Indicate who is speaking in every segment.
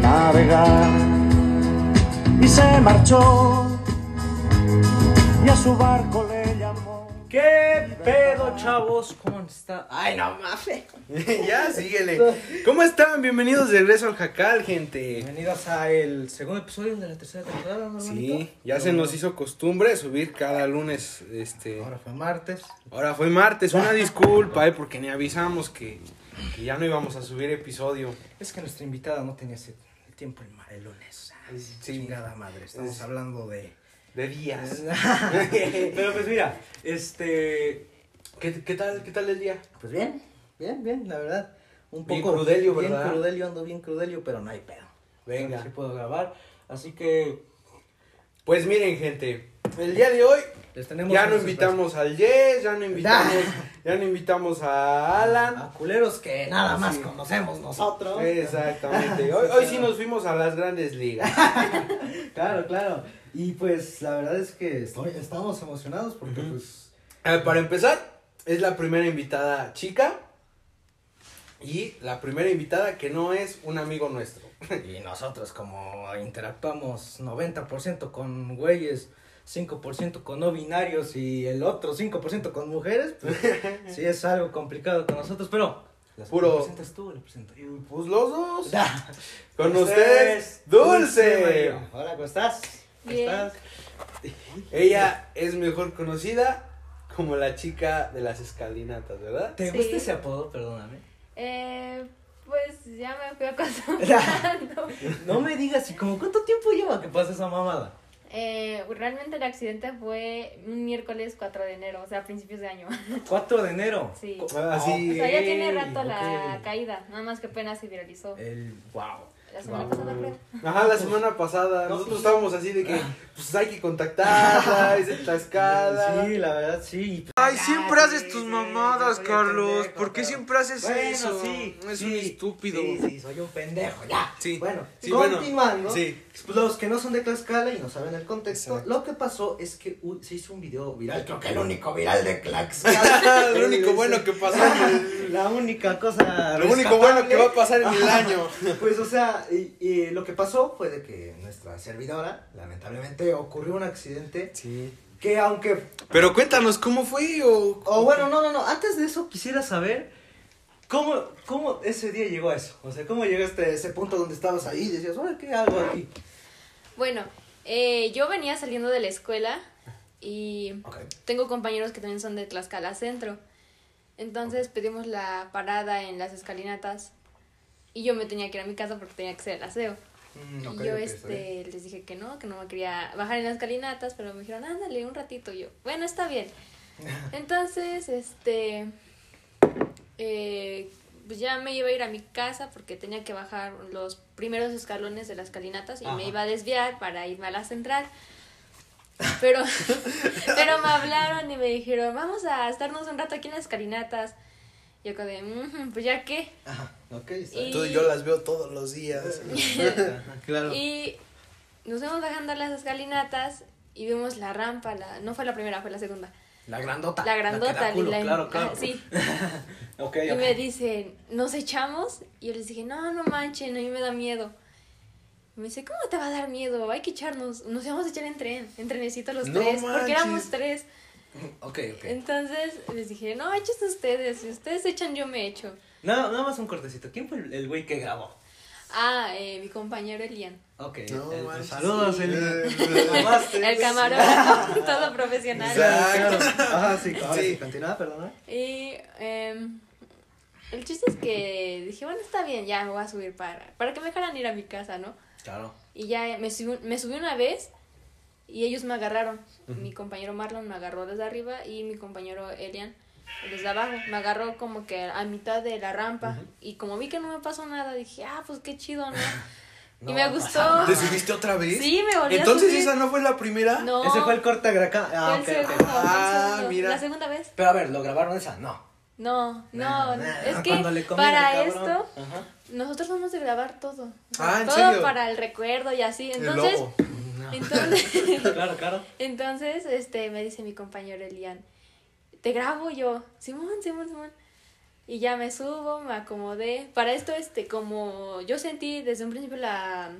Speaker 1: navegar y se marchó y a su barco le llamó.
Speaker 2: ¿Qué pedo, chavos? ¿Cómo está? Ay, no mames.
Speaker 3: ya, síguele. ¿Cómo están? Bienvenidos de regreso al Jacal, gente.
Speaker 2: Bienvenidos a el segundo episodio de la tercera temporada, ¿no, hermanito?
Speaker 3: Sí, ya se nos hizo costumbre subir cada lunes, este...
Speaker 2: Ahora fue martes.
Speaker 3: Ahora fue martes, una disculpa, eh, porque ni avisamos que, que ya no íbamos a subir episodio.
Speaker 2: Es que nuestra invitada no tenía ese el tiempo el, ma- el lunes. Ay,
Speaker 3: Sí.
Speaker 2: Chingada madre, estamos
Speaker 3: Es-
Speaker 2: hablando de...
Speaker 3: De días.
Speaker 2: Pues Pero pues mira, este...
Speaker 3: ¿Qué, qué tal, qué tal el día?
Speaker 2: Pues bien, bien, bien, la verdad. Un
Speaker 3: Bien
Speaker 2: poco...
Speaker 3: crudelio,
Speaker 2: bien
Speaker 3: ¿verdad?
Speaker 2: crudelio, ando bien crudelio, pero no hay pedo. Sí
Speaker 3: Venga.
Speaker 2: puedo grabar, así que...
Speaker 3: Pues miren, gente, el día de hoy
Speaker 2: Les tenemos
Speaker 3: ya no
Speaker 2: unas
Speaker 3: invitamos al Jess, ya no invitamos, ya no invitamos a Alan.
Speaker 2: A culeros que nada más conocemos nosotros.
Speaker 3: Exactamente. Hoy, hoy sí nos fuimos a las grandes ligas.
Speaker 4: Claro, claro. Y pues la verdad es que estoy- estamos emocionados porque pues
Speaker 3: Eh, para empezar, es la primera invitada chica y la primera invitada que no es un amigo nuestro.
Speaker 2: Y nosotros como interactuamos 90% con güeyes, 5% con no binarios y el otro 5% con mujeres, pues sí es algo complicado con nosotros, pero... ¿Las
Speaker 3: Puro-
Speaker 2: ¿Lo presentas tú o lo presento yo?
Speaker 3: Pues los dos.
Speaker 2: Ya.
Speaker 3: Con ustedes, Dulce.
Speaker 2: María. Hola, ¿cómo estás? ¿Cómo
Speaker 5: Bien.
Speaker 2: estás?
Speaker 3: Ella es mejor conocida como la chica de las escalinatas, ¿verdad?
Speaker 2: ¿Te
Speaker 5: Sí.
Speaker 2: gusta ese apodo? Perdóname.
Speaker 5: Eh, pues ya me fui acostumbrando.
Speaker 2: No me digas, ¿y como cuánto tiempo lleva que pasa esa mamada?
Speaker 5: eh, realmente el accidente fue un miércoles 4 de enero, o sea, a principios de año.
Speaker 2: 4 de enero.
Speaker 5: Sí.
Speaker 2: Co-
Speaker 3: Así.
Speaker 5: O sea, ya tiene rato la
Speaker 2: ok.
Speaker 5: caída, nada más que apenas se viralizó.
Speaker 2: El wow.
Speaker 5: La semana
Speaker 2: wow.
Speaker 5: pasada creo.
Speaker 3: Ajá, la semana pasada
Speaker 2: No,
Speaker 3: nosotros
Speaker 2: sí. Ah.
Speaker 3: estábamos así de que pues hay que contactarla, es de Tlaxcala.
Speaker 2: Sí, la verdad sí.
Speaker 3: Ay,
Speaker 2: siempre haces tus mamadas, Carlos. ¿Por qué siempre
Speaker 3: haces
Speaker 2: sí, Sí, sí, soy un pendejo, ya.
Speaker 3: Sí,
Speaker 2: Bueno,
Speaker 3: sí, bueno,
Speaker 4: continuando, pues,
Speaker 3: sí.
Speaker 4: los que no son de Tlaxcala y no saben el contexto, lo que pasó es que hu- se hizo un video viral, creo que el único viral de Tlaxcala.
Speaker 3: Lo único bueno que pasó en
Speaker 4: La única cosa.
Speaker 3: el- Lo único bueno que va a
Speaker 4: rescatable.
Speaker 3: pasar en el año.
Speaker 4: Pues, o sea, y- y lo que pasó fue de que nuestra servidora, lamentablemente, ocurrió un accidente
Speaker 3: Sí.
Speaker 4: que, aunque
Speaker 3: Pero cuéntanos cómo fue o
Speaker 4: O bueno, no, no, no. Antes de eso quisiera saber cómo, cómo ese día llegó a eso. O sea, cómo llegaste a ese punto donde estabas ahí y decías, ahora qué hago aquí.
Speaker 5: Bueno, eh, yo venía saliendo de la escuela y
Speaker 4: Ok.
Speaker 5: tengo compañeros que también son de Tlaxcala Centro. Entonces pedimos la parada en las escalinatas y yo me tenía que ir a mi casa porque tenía que hacer el aseo.
Speaker 4: Mm, ok,
Speaker 5: y yo
Speaker 4: ok, está bien.
Speaker 5: este, les dije que no, que no me quería bajar en las escalinatas, pero me dijeron, ándale un ratito. Y yo, bueno, está bien. Entonces, este, eh, pues ya me iba a ir a mi casa porque tenía que bajar los primeros escalones de las escalinatas y
Speaker 2: Ajá.
Speaker 5: me iba a desviar para irme a la central. Pero, pero me hablaron y me dijeron, vamos a estarnos un rato aquí en las escalinatas. Y yo quedé, "Ujú, pues ya qué.
Speaker 4: Ajá, ok, está bien.
Speaker 5: Y-
Speaker 3: Tú- yo las veo todos los días.
Speaker 2: Claro.
Speaker 5: Y nos fuimos bajando las escalinatas y vimos la rampa, la, no fue la primera, fue la segunda.
Speaker 2: Ah, La grandota.
Speaker 5: La grandota,
Speaker 2: que da culo,
Speaker 5: la-
Speaker 2: claro, claro.
Speaker 5: ah, sí.
Speaker 2: Ok,
Speaker 5: Y
Speaker 2: ok.
Speaker 5: me dicen, ¿nos echamos? Y yo les dije, no, no manchen, a mí me da miedo. Y me dice, ¿cómo te va a dar miedo? Hay que echarnos, nos íbamos a echar en tren, en trenecito los
Speaker 3: No
Speaker 5: tres, porque éramos
Speaker 3: manches.
Speaker 5: tres.
Speaker 2: Ok, ok.
Speaker 5: Entonces les dije, no, eches ustedes, si ustedes se echan, yo me echo.
Speaker 2: Nada, nada más un cortecito. ¿Quién fue el el güey que grabó?
Speaker 5: Ah, eh, mi compañero Elian.
Speaker 2: Ok.
Speaker 3: No,
Speaker 2: el-
Speaker 3: manches,
Speaker 2: saludos,
Speaker 3: sí.
Speaker 2: el.
Speaker 5: El camarón, todo profesional.
Speaker 3: Exacto.
Speaker 4: Ajá, sí, ahora sí,
Speaker 3: Sí.
Speaker 4: continúa, perdona.
Speaker 5: Y em, el chiste es que dije, bueno, está bien, ya me voy a subir para, para que me dejaran ir a mi casa, ¿no?
Speaker 2: Claro.
Speaker 5: Y ya me subí, me subí una vez y ellos me agarraron. Mi compañero Marlon me agarró desde arriba y mi compañero Elian desde abajo. Me agarró como que a mitad de la rampa y como vi que no me pasó nada, dije, ah, pues qué chido, ¿no?
Speaker 2: No
Speaker 5: y
Speaker 2: va
Speaker 5: me
Speaker 2: a
Speaker 5: gustó.
Speaker 3: ¿Te subiste otra vez?
Speaker 5: Sí, me volví a
Speaker 3: Entonces
Speaker 5: subir.
Speaker 3: esa no fue la primera.
Speaker 5: No,
Speaker 2: Ese fue el corte de acá.
Speaker 5: fue
Speaker 2: Ah,
Speaker 5: el
Speaker 2: ok, ok.
Speaker 5: segundo, fue el
Speaker 3: Ah,
Speaker 5: segundo.
Speaker 3: mira.
Speaker 5: La segunda vez.
Speaker 2: Pero a ver, ¿lo grabaron esa? No.
Speaker 5: No,
Speaker 2: Nah,
Speaker 5: no,
Speaker 2: nah,
Speaker 5: es
Speaker 2: cuando le
Speaker 5: que
Speaker 2: comen
Speaker 5: para
Speaker 2: al cabrón.
Speaker 5: esto
Speaker 2: Ajá.
Speaker 5: nosotros vamos a grabar todo. O
Speaker 3: Ah,
Speaker 5: sea,
Speaker 3: ¿en
Speaker 5: todo
Speaker 3: serio?
Speaker 5: para el recuerdo y así.
Speaker 3: El
Speaker 5: Entonces,
Speaker 3: lobo.
Speaker 5: entonces,
Speaker 2: Claro, claro.
Speaker 5: entonces, este, me dice mi compañero Elian, te grabo yo, Simón, Simón, Simón. Y ya me subo, me acomodé. Para esto, este, como yo sentí desde un principio la,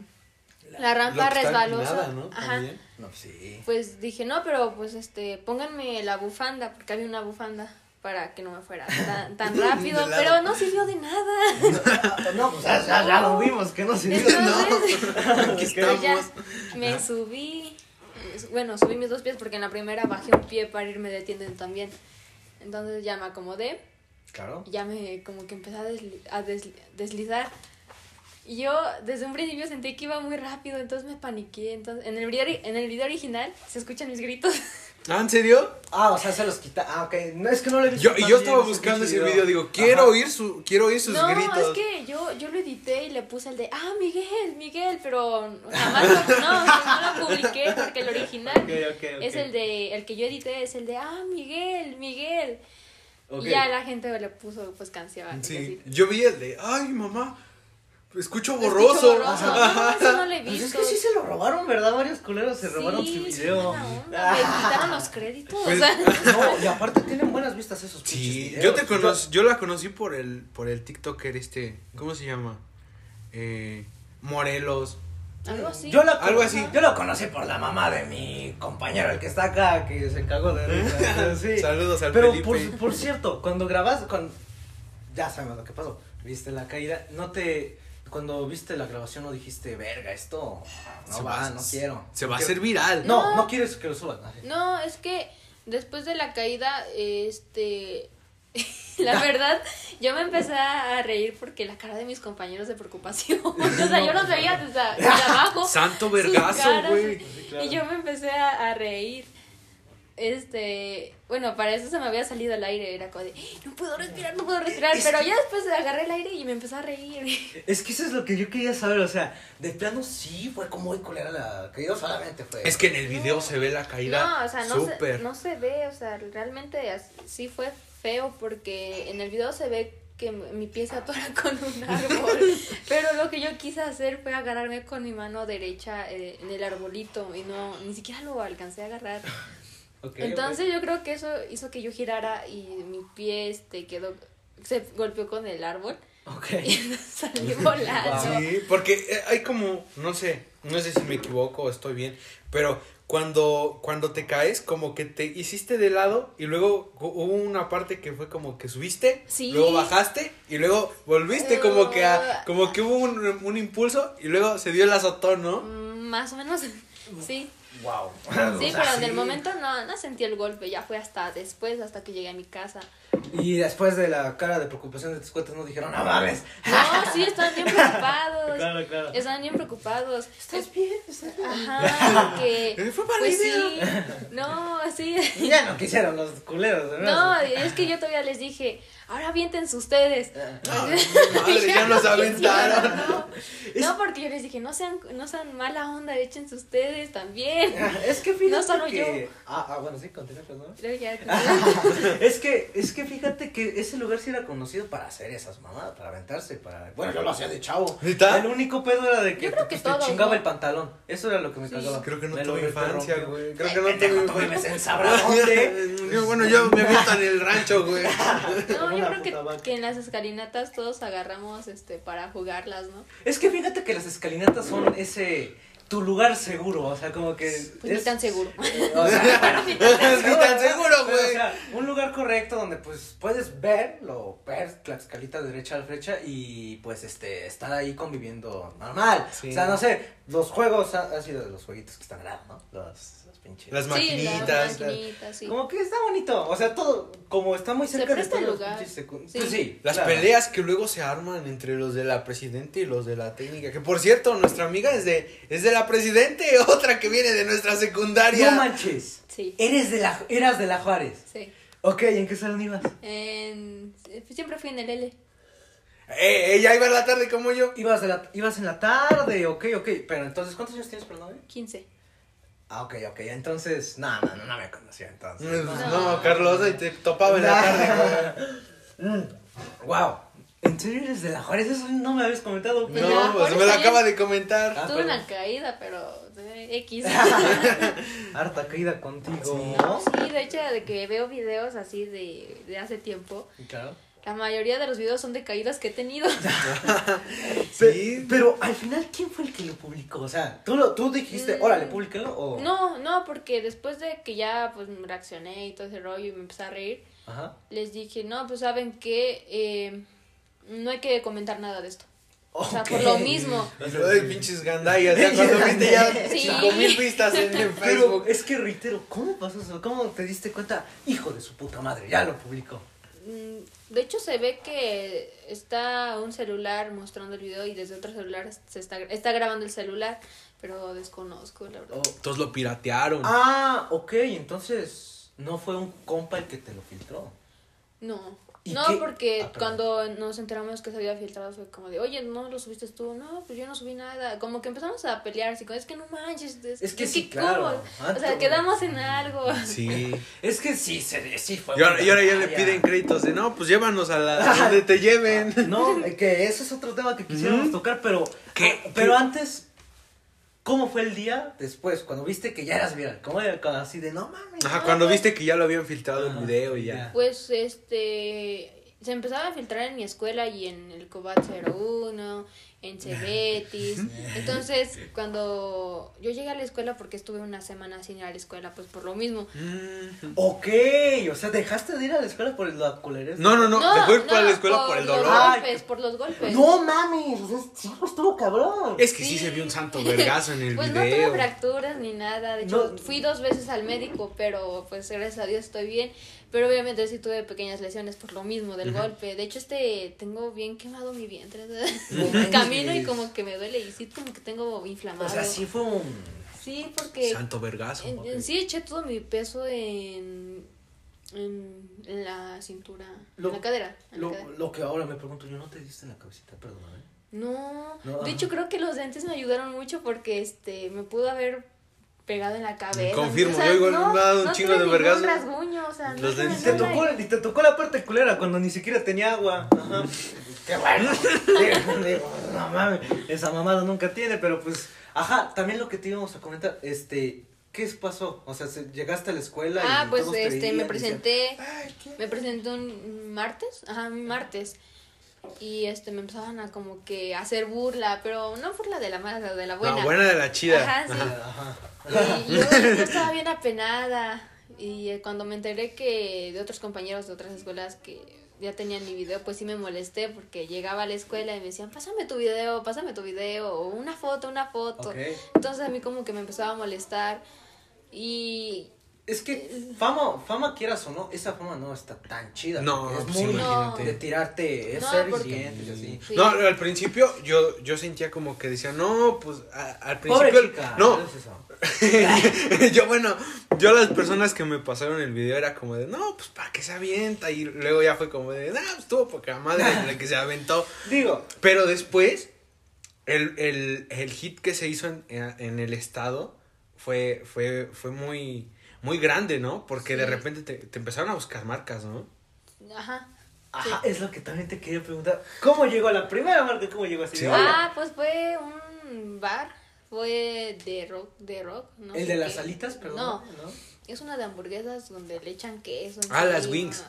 Speaker 5: la rampa
Speaker 3: Lo que pues, está
Speaker 5: resbalosa.
Speaker 3: inclinada, ¿no?
Speaker 5: Ajá.
Speaker 3: También.
Speaker 2: No, pues sí.
Speaker 5: Pues dije, no, pero pues este, pónganme la bufanda, porque había una bufanda para que no me fuera tan, tan rápido.
Speaker 3: De lado.
Speaker 5: pero no sirvió de nada.
Speaker 2: No, pues ya, ya- ya lo vimos, que no sirvió.
Speaker 5: Entonces,
Speaker 3: Aquí
Speaker 5: pues ya
Speaker 3: estamos.
Speaker 5: me subí. Bueno, subí mis dos pies porque en la primera bajé un pie para irme de tienda también. Entonces ya me acomodé.
Speaker 2: Claro.
Speaker 5: ya me como que empecé a, desli- a desli- deslizar. Y yo desde un principio sentí que iba muy rápido, entonces me paniqué. Entonces, en el video, ori- en el video original se escuchan mis gritos.
Speaker 3: Ah, ¿en serio?
Speaker 2: Ah, o sea, se los quita. Ah, ok. No, es que no lo he
Speaker 3: Yo, y
Speaker 2: visto. tan
Speaker 3: yo
Speaker 2: bien
Speaker 3: estaba buscando ese video, digo, quiero
Speaker 2: Ajá.
Speaker 3: oír su, quiero oír sus
Speaker 5: no,
Speaker 3: gritos.
Speaker 5: es que yo, yo lo edité y le puse el de, ah, Miguel, Miguel, pero jamás lo, no, o sea, no lo publiqué porque el original
Speaker 4: Ok, ok, ok.
Speaker 5: es el de, el que yo edité es el de, ah, Miguel, Miguel.
Speaker 4: Ok.
Speaker 5: Y ya la gente le puso pues canción.
Speaker 3: Sí,
Speaker 5: así.
Speaker 3: yo vi el de, ay, mamá, escucho
Speaker 5: Escucho
Speaker 3: borroso.
Speaker 5: borroso. No, eso no lo he
Speaker 4: Pues
Speaker 5: visto.
Speaker 4: es que sí se lo robaron, ¿verdad? Varios culeros se robaron
Speaker 5: Sí,
Speaker 4: su
Speaker 5: sí,
Speaker 4: video.
Speaker 5: buena onda, Me quitaron los créditos.
Speaker 3: Pues,
Speaker 5: o sea,
Speaker 2: No, y aparte tienen buenas vistas esos pinches
Speaker 3: Sí,
Speaker 2: videos.
Speaker 3: yo te conocí, yo la conocí por el, por el TikToker este, ¿cómo se llama? Eh, Morelos.
Speaker 5: algo así.
Speaker 2: Yo la
Speaker 3: Algo así.
Speaker 2: Yo lo conocí por la mamá de mi compañero, el que está acá, que se cagó de risa. Sí.
Speaker 3: Saludos al
Speaker 2: Pero
Speaker 3: Felipe.
Speaker 2: por, por cierto, cuando grabas, cuando... ya sabemos lo que pasó. Viste la caída, no te. Cuando viste la grabación, no dijiste, verga, esto no
Speaker 3: Se
Speaker 2: va,
Speaker 3: va-
Speaker 2: no quiero.
Speaker 3: Se va a
Speaker 2: Quiero-
Speaker 3: hacer viral.
Speaker 2: No, no,
Speaker 5: No.
Speaker 2: quieres que lo subas. Así.
Speaker 5: No, es que después de la caída, este. La verdad, yo me empecé a reír porque la cara de mis compañeros de preocupación. O sea, yo los veía desde, a- desde abajo.
Speaker 3: Santo
Speaker 5: sus
Speaker 3: vergazo,
Speaker 5: caras,
Speaker 3: güey.
Speaker 5: Y yo me empecé a, a reír. Este, bueno, para eso se me había salido el aire, era como de, no puedo respirar, no puedo respirar, pero ya después agarré el aire y me empecé a reír.
Speaker 4: Es que eso es lo que yo quería saber, o sea,
Speaker 2: De plano sí fue como muy culera la caída, solamente fue.
Speaker 3: Es que en el video se ve la caída.
Speaker 5: No, o sea, no,
Speaker 3: súper.
Speaker 5: se, no se ve, o sea, realmente as- sí fue feo porque en el video se ve que m- mi pie se atora con un árbol, pero lo que yo quise hacer fue agarrarme con mi mano derecha eh, en el arbolito y no, ni siquiera lo alcancé a agarrar.
Speaker 2: Ok,
Speaker 5: Entonces yo creo que eso hizo que yo girara y mi pie este quedó, se golpeó con el árbol
Speaker 2: ok.
Speaker 5: y salí volando.
Speaker 3: Sí, porque eh, hay como, no sé, no sé si me equivoco o estoy bien, pero cuando, cuando te caes, como que te hiciste de lado y luego hu- hubo una parte que fue como que subiste,
Speaker 5: Sí. Uh.
Speaker 3: luego bajaste y luego volviste como que a, como que hubo un, un impulso y luego se dio el azotón, ¿no?
Speaker 5: Mm, Más o menos, sí.
Speaker 2: Wow.
Speaker 5: Sí, pero en el momento no, no sentí el golpe, ya fue hasta después, hasta que llegué a mi casa.
Speaker 2: Y después de la cara de preocupación de tus cuentas, no dijeron, no mames.
Speaker 5: No, sí, están bien preocupados.
Speaker 4: Claro, claro.
Speaker 5: Están bien preocupados. ¿Estás bien? Ajá, que...
Speaker 3: Eh, Fue para el
Speaker 5: Pues
Speaker 3: video.
Speaker 5: sí, no, sí.
Speaker 2: Ya no quisieron los culeros,
Speaker 5: No, es que yo todavía les dije, ahora aviéntense ustedes.
Speaker 3: Ah, madre, ya nos aventaron.
Speaker 5: No, no, porque yo les dije, no sean, no sean mala onda, échense ustedes también.
Speaker 2: Es que fíjate
Speaker 5: No solo
Speaker 2: que... Ah, ah, bueno, sí, continúa, perdón.
Speaker 5: Luego ya-
Speaker 2: es que, es que fíjate que ese lugar sí era conocido para hacer esas mamadas, para aventarse, para... Bueno, yo lo hacía de chavo.
Speaker 3: ¿Neta?
Speaker 2: El único pedo era de que,
Speaker 5: Yo creo
Speaker 2: te-
Speaker 5: que
Speaker 2: te
Speaker 5: todos,
Speaker 2: chingaba
Speaker 5: ¿no?
Speaker 2: el pantalón. Eso era lo que me cagaba.
Speaker 3: Creo que no
Speaker 2: Me lo
Speaker 3: tuve infancia,
Speaker 2: interrumpió.
Speaker 3: güey. Creo que no
Speaker 2: Pendejo,
Speaker 3: tuve
Speaker 2: tú vives en sabrá dónde.
Speaker 3: Yo, bueno, yo me meto en el rancho, güey.
Speaker 5: No,
Speaker 2: Una
Speaker 5: yo creo
Speaker 2: puta vaca.
Speaker 5: que, que en las escalinatas todos agarramos este para jugarlas, ¿no?
Speaker 2: Es que fíjate que las escalinatas son ese... Tu lugar seguro, o sea, como que...
Speaker 5: Pues ni
Speaker 2: es-
Speaker 5: tan seguro.
Speaker 2: O sea,
Speaker 3: Ni tan seguro,
Speaker 2: Pero,
Speaker 3: güey.
Speaker 2: O sea, un lugar correcto donde pues puedes verlo, ver la escalita de derecha a la flecha y pues este estar ahí conviviendo normal.
Speaker 3: Sí.
Speaker 2: O sea, no sé, los juegos ha- han sido de los jueguitos que están al lado, ¿no? Los, los pinches.
Speaker 3: Las
Speaker 5: Sí,
Speaker 3: maquinitas.
Speaker 5: las maquinitas, sí.
Speaker 2: Como que está bonito, o sea, todo como está muy
Speaker 5: Se
Speaker 2: cerca
Speaker 5: presta el
Speaker 2: todos los
Speaker 5: lugar.
Speaker 2: pinches secu-
Speaker 5: Sí.
Speaker 2: Pues sí,
Speaker 3: Las
Speaker 2: claro.
Speaker 3: peleas que luego se arman entre los de la presidente y los de la técnica. Que por cierto, nuestra amiga es de, es de la presidente, otra que viene de nuestra secundaria.
Speaker 2: No manches.
Speaker 5: Sí,
Speaker 2: Eres de la eras de la Juárez.
Speaker 5: sí.
Speaker 2: Ok, ¿en qué salón ibas?
Speaker 5: En- siempre fui en el L.
Speaker 3: Eh, ella iba a la tarde como yo.
Speaker 2: Ibas, de la- ibas en la tarde, ok, ok. Pero entonces, ¿cuántos años tienes, perdón?
Speaker 5: 15.
Speaker 2: Ah, ok, ok. Entonces, no, no, no, no me conocía entonces.
Speaker 3: Pues, No, Carlos, ahí te topaba en la tarde.
Speaker 2: wow. Mm, ¿En serio eres de la Juárez? Eso no me habías comentado.
Speaker 5: Pues
Speaker 3: No,
Speaker 5: ya,
Speaker 3: pues
Speaker 5: por
Speaker 3: me lo
Speaker 5: eso
Speaker 3: acaba
Speaker 5: ya-
Speaker 3: de
Speaker 2: Ah,
Speaker 3: comentar.
Speaker 5: Tuve una caída, pero eh, X.
Speaker 2: Harta caída contigo.
Speaker 5: No, sí, de hecho, de que veo videos así de, de hace tiempo.
Speaker 2: Claro.
Speaker 5: La mayoría de los videos son de caídas que he tenido.
Speaker 2: Pe-
Speaker 3: Sí.
Speaker 2: Pero al final, ¿quién fue el que lo publicó? O sea, ¿tú, lo, tú dijiste,
Speaker 5: Mm.
Speaker 2: órale, públicalo? O...
Speaker 5: No, no, porque después de que ya pues reaccioné y todo ese rollo y me empecé a reír,
Speaker 2: Ajá.
Speaker 5: les dije, no, pues saben que no hay que comentar nada de esto. O sea, por lo
Speaker 2: Ok.
Speaker 5: mismo.
Speaker 3: Y lo de pinches gandallas. Ya cuando viste ya
Speaker 5: Sí.
Speaker 3: 5000 vistas en, en
Speaker 2: Pero
Speaker 3: Facebook.
Speaker 2: es que reitero, ¿cómo pasó eso? ¿Cómo te diste cuenta? Hijo de su puta madre, ya lo publicó.
Speaker 5: Mm, De hecho, se ve que está un celular mostrando el video y desde otro celular se está, está grabando el celular, pero desconozco, la verdad.
Speaker 2: O-
Speaker 3: Todos lo piratearon.
Speaker 2: Ah, ok, entonces no fue un compa el que te lo filtró.
Speaker 5: No.
Speaker 2: ¿Y
Speaker 5: No,
Speaker 2: qué?
Speaker 5: porque
Speaker 2: Ah, perdón.
Speaker 5: cuando nos enteramos que se había filtrado fue como de, oye, no lo subiste tú, no, pues yo no subí nada. Como que empezamos a pelear, así como, es que no manches, es,
Speaker 2: Es que
Speaker 5: es
Speaker 2: sí, claro.
Speaker 5: ¿cómo? O sea,
Speaker 2: Anto-
Speaker 5: quedamos en algo.
Speaker 3: Sí.
Speaker 2: Es que sí, se, sí fue.
Speaker 3: Y ahora, y ahora ya le
Speaker 2: gandalla.
Speaker 3: piden créditos de no, pues llévanos a la a donde te lleven.
Speaker 2: No, que ese es otro tema que quisiéramos tocar, pero.
Speaker 3: ¿Qué?
Speaker 2: ah, Pero antes. ¿Cómo fue el día después? Cuando viste que ya eras viral. ¿Cómo era? Cuando Así de no mames.
Speaker 3: Ajá, cuando viste que ya lo habían filtrado
Speaker 2: Ajá,
Speaker 3: el video y ya.
Speaker 5: Pues este se empezaba a filtrar en mi escuela y en el Cobat 01, en Cebetis. Entonces, cuando yo llegué a la escuela porque estuve una semana sin ir a la escuela, pues por lo mismo.
Speaker 3: Mm.
Speaker 2: Ok, o sea, dejaste de ir a la escuela por la culerés.
Speaker 3: No, no, no, dejó ir para la escuela por el dolor.
Speaker 5: Los golpes, por los golpes.
Speaker 2: No mames, o sea, sí, pues, estuvo cabrón.
Speaker 3: Es que sí.
Speaker 5: Sí.
Speaker 3: se vio un santo vergazo en el
Speaker 5: Pues no
Speaker 3: video.
Speaker 5: tuve fracturas ni nada, de hecho
Speaker 2: No.
Speaker 5: fui dos veces al médico, pero pues gracias a Dios estoy bien, pero obviamente sí tuve pequeñas lesiones por lo mismo del golpe, de hecho este tengo bien quemado mi vientre, camino y como que me duele y sí como que tengo inflamado.
Speaker 2: O sea, sí fue un.
Speaker 5: Sí, porque
Speaker 3: santo vergazo.
Speaker 5: en- en sí eché todo mi peso en, en, en la cintura,
Speaker 2: Lo-
Speaker 5: en la cadera. en la
Speaker 2: Lo,
Speaker 5: cadera.
Speaker 2: lo que ahora me pregunto, yo no te diste en la cabecita, perdón, ¿eh?
Speaker 5: No,
Speaker 2: No,
Speaker 5: de
Speaker 2: ajá.
Speaker 5: hecho creo que los dentes me ayudaron mucho porque este me pudo haber plegado en la cabeza.
Speaker 3: Confirmo, yo igual me ha dado un chingo
Speaker 5: tuve
Speaker 3: de
Speaker 5: ningún
Speaker 3: vergazo.
Speaker 5: rasguño, o sea, no
Speaker 3: Los
Speaker 5: tuve
Speaker 3: dentes.
Speaker 2: Te
Speaker 5: nada.
Speaker 2: tocó, y te tocó la parte culera cuando ni siquiera tenía agua. Ajá. Qué bueno. Digo, digo, no mames, esa mamada nunca tiene, pero pues, ajá, también lo que te íbamos a comentar, este, ¿qué pasó? O sea, se- llegaste a la escuela y
Speaker 5: Ah, pues
Speaker 2: todos te
Speaker 5: este
Speaker 2: veían
Speaker 5: me
Speaker 2: y decían,
Speaker 5: presenté,
Speaker 2: "Ay, ¿qué?".
Speaker 5: me presenté un martes, ajá, un martes. Y este me empezaban a como que hacer burla, pero no burla de la mala, de la buena.
Speaker 3: La buena de la chida.
Speaker 5: Ajá, sí.
Speaker 2: Ajá.
Speaker 5: Y yo, yo estaba bien apenada. Y eh, cuando me enteré que de otros compañeros de otras escuelas que ya tenían mi video, pues sí me molesté porque llegaba a la escuela y me decían, pásame tu video, pásame tu video, o una foto, una foto.
Speaker 2: Ok.
Speaker 5: Entonces a mí como que me empezaba a molestar. Y
Speaker 2: Es
Speaker 5: Eh,
Speaker 2: que fama, fama quieras o no, esa fama no está tan chida.
Speaker 3: No,
Speaker 2: porque es
Speaker 3: pues
Speaker 2: muy
Speaker 3: imagínate.
Speaker 2: de tirarte, es
Speaker 5: No,
Speaker 2: ser
Speaker 5: porque-
Speaker 2: dientes y así.
Speaker 5: sí.
Speaker 3: No, al principio yo, yo sentía como que decía, no, pues a- al
Speaker 2: Pobre
Speaker 3: principio.
Speaker 2: chica,
Speaker 3: No,
Speaker 2: es eso.
Speaker 3: yo, bueno, yo las personas que me pasaron el video era como de, no, pues para que se avienta. Y luego ya fue como de, no, pues, estuvo poca madre en la que se aventó.
Speaker 2: Digo,
Speaker 3: Pero después, el, el, el hit que se hizo en, en el estado fue, fue, fue muy, muy grande, ¿no? Porque de
Speaker 5: Sí.
Speaker 3: repente te, te empezaron a buscar marcas, ¿no?
Speaker 5: Ajá.
Speaker 2: Ajá, es lo que también te quería preguntar. ¿Cómo llegó a la primera marca? ¿Cómo llegó así?
Speaker 3: Sí.
Speaker 2: de, "Hola"?
Speaker 5: Ah, pues fue un bar, fue de rock, de rock. No
Speaker 2: el
Speaker 5: sé
Speaker 2: de las
Speaker 5: qué.
Speaker 2: alitas, perdón.
Speaker 5: No, Es una de hamburguesas donde le echan queso.
Speaker 3: Ah, las
Speaker 5: encima.
Speaker 3: wings.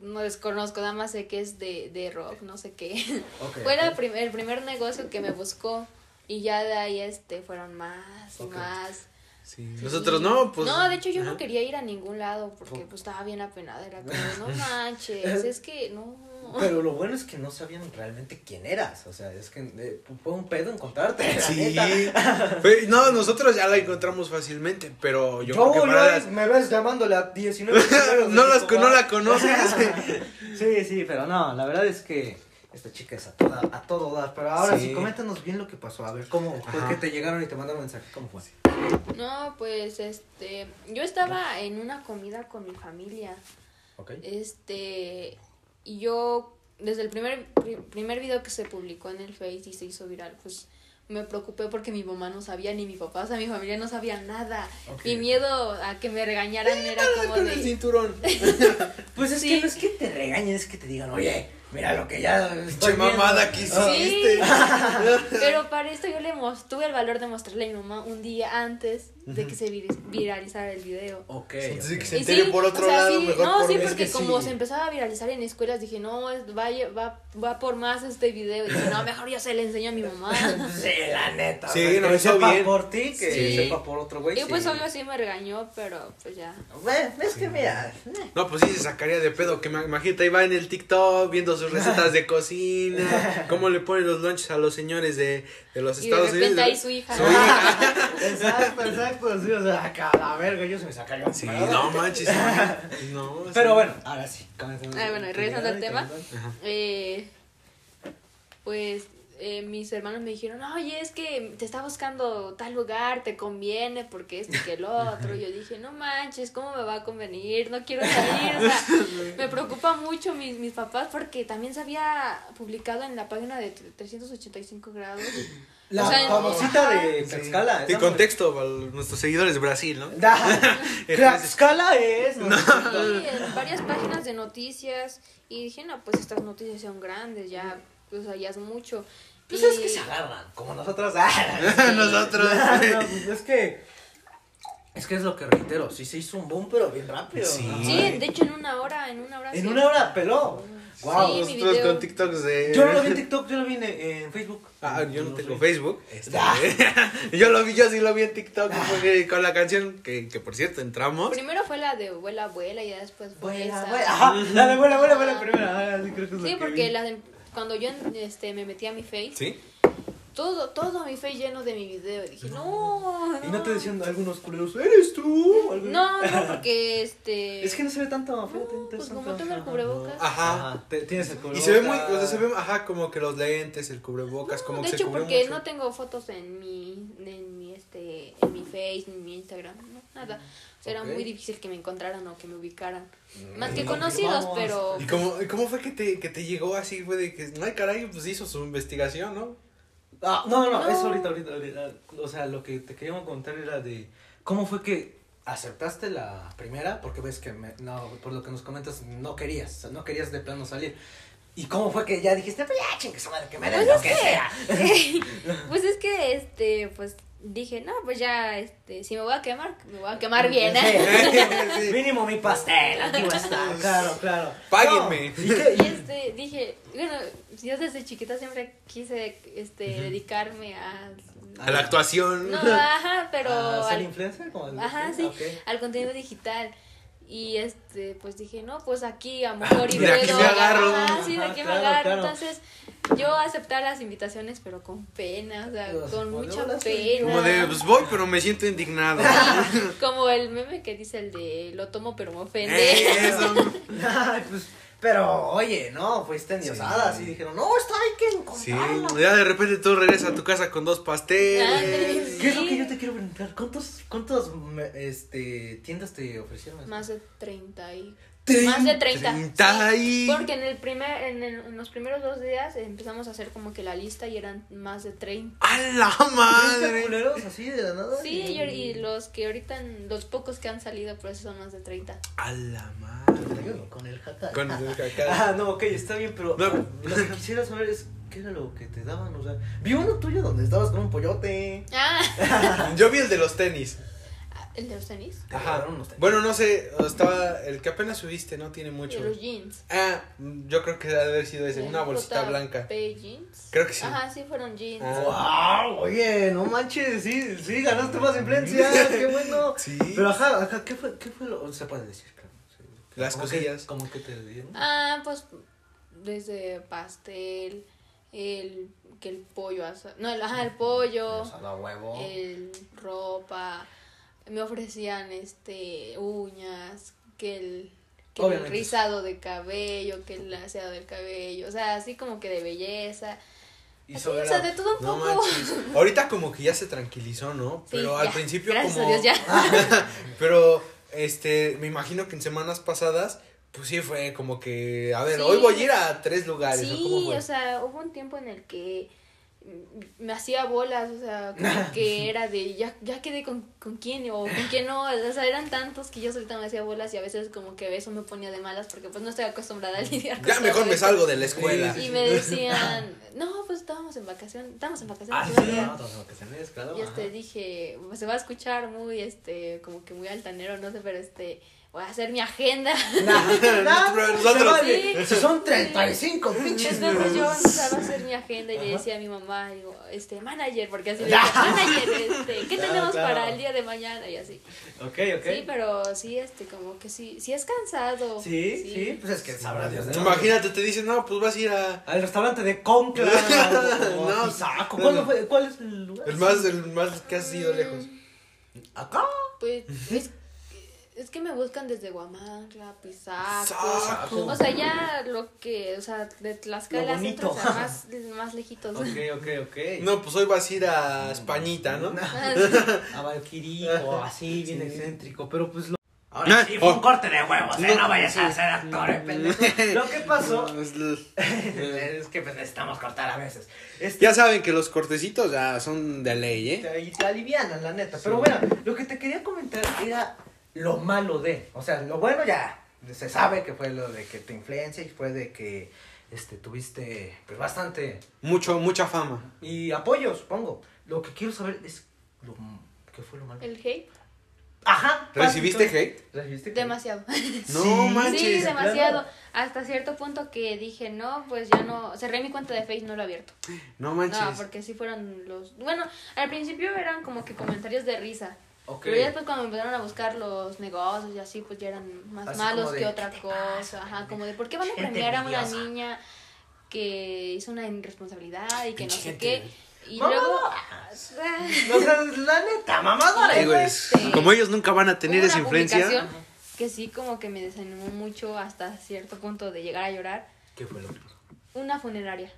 Speaker 5: No desconozco, nada más sé que es de, de rock, no sé qué.
Speaker 2: Ok,
Speaker 5: Fue la
Speaker 2: ok.
Speaker 5: prim- el primer negocio que me buscó y ya de ahí este fueron más y
Speaker 2: Ok.
Speaker 5: más.
Speaker 3: Sí. Nosotros no, pues.
Speaker 5: No, de hecho yo no
Speaker 3: ajá.
Speaker 5: quería ir a ningún lado porque
Speaker 2: Fu-
Speaker 5: pues estaba bien apenada, era como, no manches, es que no.
Speaker 2: Pero lo bueno es que no sabían realmente quién eras. O sea, es que eh, fue un pedo encontrarte. la
Speaker 3: Sí.
Speaker 2: neta.
Speaker 3: Fue- No, nosotros ya la encontramos fácilmente, pero yo,
Speaker 2: Yo,
Speaker 3: creo que
Speaker 2: yo
Speaker 3: para las-
Speaker 2: me ves llamándole a 19 primeros de
Speaker 3: no, las,
Speaker 2: Nicobar.
Speaker 3: no la conoces.
Speaker 2: Sí, sí, pero no, la verdad es que esta chica es a, toda, a todo dar. Pero ahora sí.
Speaker 3: Sí.
Speaker 2: coméntanos bien lo que pasó. A ver, ¿cómo fue
Speaker 3: Ajá.
Speaker 2: que te llegaron y te mandaron mensaje? ¿Cómo fue?
Speaker 5: No, pues este, yo estaba en una comida con mi familia.
Speaker 2: Ok.
Speaker 5: Eh, Este, y yo, desde el primer, pri- primer video que se publicó en el Face y se hizo viral, pues me preocupé porque mi mamá no sabía, ni mi papá, o sea, mi familia no sabía nada.
Speaker 2: Ok.
Speaker 5: Mi miedo a que me regañaran era como
Speaker 3: Con el
Speaker 5: de...
Speaker 3: cinturón.
Speaker 2: Pues es
Speaker 5: Sí.
Speaker 2: que no es que te regañen, es que te digan, oye, Mira lo que ya. estoy
Speaker 3: Che mamada que
Speaker 2: viendo". Ah,
Speaker 5: Sí.
Speaker 3: hiciste.
Speaker 5: Pero para esto yo le mos- tuve el valor de mostrarle a mi mamá un día antes de que se viri- viralizara el video.
Speaker 2: Ok.
Speaker 3: Antes de que
Speaker 2: ok.
Speaker 3: se
Speaker 5: Y
Speaker 3: enteren
Speaker 5: sí,
Speaker 3: por otro
Speaker 5: o sea,
Speaker 3: lado,
Speaker 5: sí,
Speaker 3: mejor
Speaker 5: no,
Speaker 3: por
Speaker 5: sí,
Speaker 3: es
Speaker 5: porque
Speaker 3: que
Speaker 5: como
Speaker 3: sí.
Speaker 5: se empezaba a viralizar en escuelas, dije, no, es- va, lle- va, va por más este video. Y dije, no, mejor yo se le enseño a mi mamá.
Speaker 2: Sí, la neta.
Speaker 3: Sí,
Speaker 2: o sea,
Speaker 3: no,
Speaker 2: que
Speaker 3: hizo
Speaker 2: sepa
Speaker 3: bien.
Speaker 2: por ti, que
Speaker 5: Sí.
Speaker 2: sepa por otro güey.
Speaker 5: y
Speaker 2: sí.
Speaker 5: pues obvio sí me regañó, pero pues ya.
Speaker 2: Bueno, es que mira. eh.
Speaker 3: No, pues sí se sacaría de pedo, que ma- imagínate, ahí va en el TikTok viendo sus recetas de cocina, cómo le ponen los lunches a los señores de, de los
Speaker 5: Y de
Speaker 3: Estados
Speaker 5: repente ahí
Speaker 3: Unidos.
Speaker 5: su hija.
Speaker 3: Su hija.
Speaker 2: Exacto, exacto. Sí, o sea, acá la verga, yo se me sacaría un
Speaker 3: Sí,
Speaker 2: pedo.
Speaker 3: no manches. No, o sea,
Speaker 2: Pero bueno, ahora sí. comencemos.
Speaker 5: Ah, bueno, y regresando al tema.
Speaker 3: Ajá.
Speaker 5: Eh, pues eh, mis hermanos me dijeron, oye, es que te está buscando tal lugar, te conviene porque esto y que el otro. Yo dije, no manches, ¿cómo me va a convenir? No quiero salir. O sea, me preocupa mucho mis, mis papás porque también se había publicado en la página de 385 grados.
Speaker 2: La
Speaker 5: O sea,
Speaker 2: famosita
Speaker 5: ajá.
Speaker 2: de Tlaxcala.
Speaker 3: De
Speaker 2: esa
Speaker 3: contexto para nuestros seguidores de Brasil, ¿no?
Speaker 2: Da. Tlaxcala es. No.
Speaker 5: Sí, en varias páginas de noticias. Y dije, no, pues estas noticias son grandes, ya, o sea, ya es mucho.
Speaker 2: Pues
Speaker 5: Y-
Speaker 2: es que se agarran, como nosotros. Ah,
Speaker 3: Nosotros.
Speaker 2: No, pues es que. Es que es lo que reitero. Sí se hizo un boom, pero bien rápido.
Speaker 3: Sí.
Speaker 2: Ajá.
Speaker 5: Sí, de hecho en una hora, en una hora.
Speaker 2: En
Speaker 5: sí.
Speaker 2: una hora peló. Guau.
Speaker 5: Sí, mi
Speaker 3: Nosotros
Speaker 5: video.
Speaker 3: con TikToks de.
Speaker 2: Yo no lo vi en TikTok, yo lo vi en, en Facebook.
Speaker 3: Ah, yo no tengo
Speaker 2: sé.
Speaker 3: Facebook.
Speaker 2: Ah.
Speaker 3: Este, yo lo vi, yo sí lo vi en TikTok porque con la canción que, que por cierto entramos.
Speaker 5: Primero fue la de abuela, abuela y ya después fue
Speaker 2: Buena,
Speaker 5: esa.
Speaker 2: buena. Ajá, dale, buena, buena, buena, primera. pues, Ah, sí, creo que es lo
Speaker 5: Sí,
Speaker 2: que
Speaker 5: porque
Speaker 2: vi.
Speaker 5: la de- cuando yo este, me metí a mi face,
Speaker 3: ¿Sí?
Speaker 5: todo, todo mi face lleno de mi video. Y dije, no.
Speaker 2: Y no te decían algunos culeros, ¿eres tú? Algo-
Speaker 5: No, no, porque este.
Speaker 2: Es que no se ve tanto, fíjate. no
Speaker 5: pues
Speaker 2: se ve
Speaker 5: como
Speaker 2: tanto.
Speaker 5: tengo el cubrebocas.
Speaker 3: Ajá.
Speaker 2: Ajá, te- tienes el color.
Speaker 3: Y se ve muy, o sea, se ve, ajá, como que los lentes, el cubrebocas, como
Speaker 5: de
Speaker 3: que se
Speaker 5: hecho,
Speaker 3: cubre
Speaker 5: porque
Speaker 3: mucho.
Speaker 5: no tengo fotos en mi, en mi, este, en mi Face, ni en mi Instagram, no, nada. O sea,
Speaker 3: Ok.
Speaker 5: era muy difícil que me encontraran o que me ubicaran. Más que
Speaker 2: Mm.
Speaker 5: conocidos,
Speaker 2: Vamos.
Speaker 5: pero.
Speaker 3: ¿Y cómo, y cómo fue que te, que te llegó así? Fue de que, ay, caray, pues hizo su investigación, ¿no?
Speaker 2: Ah, no, no,
Speaker 5: No.
Speaker 2: es ahorita, ahorita, ahorita. O sea, lo que te queríamos contar era de cómo fue que aceptaste la primera, porque ves que, me- no, por lo que nos comentas, no querías, o sea, no querías de plano salir. ¿Y cómo fue que ya dijiste, pues ya, chingue su madre, que me den lo que sea?
Speaker 5: pues es que, este, pues dije, no, pues ya, este, si me voy a quemar, me voy a quemar bien,
Speaker 2: Sí.
Speaker 5: ¿eh? Pues,
Speaker 3: Sí.
Speaker 2: Mínimo mi pastel, aquí va a estar, claro, claro.
Speaker 3: Páguenme.
Speaker 2: No, ¿y qué?
Speaker 5: Y este, dije, bueno, yo desde chiquita siempre quise, este, dedicarme a...
Speaker 3: A la actuación.
Speaker 5: No, ajá, pero
Speaker 3: Ah,
Speaker 2: ¿A Ah, ¿Ser
Speaker 5: al,
Speaker 2: influencer? Como el-
Speaker 5: Ajá, sí,
Speaker 2: ok.
Speaker 5: al contenido digital. Y este, pues dije, no, pues aquí a lo mejor y
Speaker 3: de Ah, aquí
Speaker 5: puedo.
Speaker 3: me agarro.
Speaker 5: Ajá, sí, de aquí
Speaker 2: Ajá,
Speaker 5: me
Speaker 2: Ah, claro,
Speaker 5: agarro.
Speaker 2: claro.
Speaker 5: Entonces, yo aceptar las invitaciones, pero con pena, o sea,
Speaker 2: Los-
Speaker 5: con
Speaker 2: como de
Speaker 5: mucha
Speaker 2: bolas, sí.
Speaker 5: pena.
Speaker 3: Como de, pues voy, pero me siento indignado.
Speaker 5: Como el meme que dice el de lo tomo pero me ofende.
Speaker 3: Eso.
Speaker 2: Ay, pues, pero oye, no, fuiste endiosada, así dijeron, no, esto hay que
Speaker 3: Sí.
Speaker 2: encontrarla.
Speaker 3: Ya de repente tú regresas a tu casa con dos
Speaker 5: Ándale.
Speaker 3: pasteles.
Speaker 5: Ah,
Speaker 2: ¿Qué es lo que yo te quiero preguntar? ¿Cuántos, cuántos me- este, tiendas te ofrecieron?
Speaker 5: Más de 30 y...
Speaker 3: Trein-
Speaker 5: Más de 30.
Speaker 3: treinta
Speaker 5: sí,
Speaker 3: y-
Speaker 5: porque en el primer en, el- en los primeros dos días empezamos a hacer como que la lista y eran más de 30.
Speaker 3: ¡A la
Speaker 2: ¿Treinta
Speaker 3: madre!
Speaker 2: culeros así de la nada?
Speaker 5: Sí, y, y los que ahorita, los pocos que han salido, por eso son más de 30.
Speaker 3: ¡A la madre!
Speaker 2: Ayúdame Con el jacal.
Speaker 3: Con el cacao.
Speaker 2: Ah, no, ok, está bien, pero
Speaker 3: No.
Speaker 2: ah, lo que quisiera saber es qué era lo que te daban, o sea, vi uno tuyo donde estabas con un pollote.
Speaker 5: Ah,
Speaker 3: Yo vi el de los tenis.
Speaker 5: el de los tenis.
Speaker 3: Ajá.
Speaker 2: Unos tenis.
Speaker 3: Bueno, no sé, estaba el que apenas subiste, no tiene
Speaker 5: Y
Speaker 3: mucho.
Speaker 5: los jeans.
Speaker 3: Ah, yo creo que debe haber sido ese, una bolsita
Speaker 5: J.P.
Speaker 3: blanca.
Speaker 5: jeans.
Speaker 3: Creo que sí.
Speaker 5: Ajá, sí fueron jeans.
Speaker 3: Ah.
Speaker 2: ¡Wow! Oye, no manches, sí, sí, ganaste más influencia, qué bueno.
Speaker 3: Sí.
Speaker 2: Pero ajá, ajá, ¿qué fue, qué fue lo, se puede decir, claro? sí.
Speaker 3: Las
Speaker 2: ¿Cómo
Speaker 3: cosillas.
Speaker 2: que- ¿Cómo que te dieron?
Speaker 5: Ah, pues desde pastel, el que el pollo asa- no, el, ajá, el pollo,
Speaker 2: O sea, la Pues, huevo.
Speaker 5: el ropa. Me ofrecían este uñas, que el que el
Speaker 2: Obviamente.
Speaker 5: rizado de cabello, que el laseado del cabello, o sea, así como que de belleza.
Speaker 2: Y
Speaker 5: Así,
Speaker 2: sobre
Speaker 5: o sea,
Speaker 2: la-
Speaker 5: de todo un
Speaker 3: No
Speaker 5: poco.
Speaker 3: manches. Ahorita como que ya se tranquilizó, ¿no? Pero
Speaker 5: Sí,
Speaker 3: al
Speaker 5: ya.
Speaker 3: principio
Speaker 5: Gracias
Speaker 3: como.
Speaker 5: a Dios ya.
Speaker 3: Pero, este, me imagino que en semanas pasadas, pues sí fue como que, a ver,
Speaker 5: Sí.
Speaker 3: hoy voy a ir a tres lugares. ¿no? ¿Cómo
Speaker 5: Sí,
Speaker 3: fue?
Speaker 5: o sea, hubo un tiempo en el que me hacía bolas, o sea, como que era de ya, ya quedé con, con quién o con quién no, o sea, eran tantos que yo solita me hacía bolas y a veces como que eso me ponía de malas porque pues no estoy acostumbrada a lidiar con
Speaker 3: Ya
Speaker 5: todo
Speaker 3: mejor me
Speaker 5: eso.
Speaker 3: salgo de la escuela.
Speaker 5: Y me decían, no, pues estábamos en vacaciones, estábamos en vacaciones.
Speaker 4: Ah, sí,
Speaker 5: todavía".
Speaker 4: no, no, que se me desclaro.
Speaker 5: Y este dije, se va a escuchar muy, este, como que muy altanero, no sé, pero este, voy a hacer mi agenda.
Speaker 3: Nosotros.
Speaker 5: Sí.
Speaker 2: Si son 35 pinches.
Speaker 5: Entonces yo empezaba a hacer mi agenda y le decía a mi mamá, digo, este, manager, porque así le decía, manager, este, ¿qué
Speaker 2: Claro,
Speaker 5: tenemos
Speaker 2: claro.
Speaker 5: para el día de mañana? Y así.
Speaker 2: Ok, ok.
Speaker 5: Sí, pero sí, este, como que sí, sí es cansado.
Speaker 2: Sí, sí, pues es que sabrá Dios. ¿no?
Speaker 3: Imagínate, te dicen, no, pues vas a ir a.
Speaker 2: Al restaurante de Concla. o a
Speaker 3: No,
Speaker 2: Pisaco.
Speaker 3: no,
Speaker 2: ¿Cuándo
Speaker 3: no.
Speaker 2: fue- ¿Cuál es el lugar?
Speaker 3: El más, el más que has ido lejos.
Speaker 2: Acá.
Speaker 5: Pues es, es que me buscan desde Guamantla,
Speaker 3: Saco.
Speaker 5: Pisaco. O sea, ya lo que, o sea, de
Speaker 2: Lo
Speaker 5: Tlaxcala,
Speaker 2: bonito.
Speaker 5: centro, o sea, más, más lejitos.
Speaker 2: Ok, ok, ok.
Speaker 3: No, pues hoy vas a ir a Españita, ¿no?
Speaker 5: Ah,
Speaker 2: A Valquirico, así, bien excéntrico. Pero pues lo.
Speaker 3: Ahora sí, fue un
Speaker 4: corte de huevos,
Speaker 3: ¿eh? No
Speaker 4: vayas a ser actor, pendejo.
Speaker 2: Lo que pasó. pues,
Speaker 4: es que necesitamos cortar a veces.
Speaker 2: Este,
Speaker 3: Ya saben que los cortecitos ya son de ley, ¿eh?
Speaker 2: Y te alivianan, la neta. Pero bueno, lo que te quería comentar era lo malo de. O sea, lo bueno ya se sabe que fue lo de que te influencia y fue de que este, tuviste pues, bastante.
Speaker 3: Mucho, mucha fama.
Speaker 2: Y apoyo, supongo. Lo que quiero saber es lo, qué fue lo malo.
Speaker 5: el hate,
Speaker 2: Ajá.
Speaker 3: ¿Recibiste
Speaker 2: básicamente.
Speaker 3: hate?
Speaker 2: ¿Recibiste hate?
Speaker 5: demasiado.
Speaker 3: No
Speaker 2: Sí.
Speaker 3: manches.
Speaker 5: Sí,
Speaker 2: claro.
Speaker 5: demasiado. Hasta cierto punto que dije, no, pues ya no. Cerré mi cuenta de Facebook, no lo he abierto.
Speaker 3: No manches.
Speaker 5: No, porque sí fueron los. Bueno, al principio eran como que comentarios de risa.
Speaker 2: Ok.
Speaker 5: Pero ya después, cuando empezaron a buscar los negocios y así, pues ya eran más
Speaker 2: Así
Speaker 5: malos
Speaker 2: como de,
Speaker 5: que
Speaker 2: "¿Qué
Speaker 5: otra
Speaker 2: te
Speaker 5: cosa.
Speaker 2: pasa,
Speaker 5: Ajá,
Speaker 2: pendeja?
Speaker 5: como de por qué van a
Speaker 2: Gente
Speaker 5: premiar a una
Speaker 2: envidiosa".
Speaker 5: niña que hizo una irresponsabilidad y que no
Speaker 3: Pinche
Speaker 5: sé
Speaker 3: gente.
Speaker 5: qué. Y
Speaker 2: Mamá.
Speaker 5: luego.
Speaker 2: No, o sea, la neta, mamadora. ¿eh,
Speaker 3: Digo,
Speaker 2: güey.
Speaker 3: es-
Speaker 5: este,
Speaker 3: como ellos nunca van a tener
Speaker 5: Hubo
Speaker 3: esa
Speaker 5: una
Speaker 3: influencia.
Speaker 5: publicación Que sí, como que me desanimó mucho hasta cierto punto de llegar a llorar.
Speaker 2: ¿Qué fue lo que pasó?
Speaker 5: Una funeraria.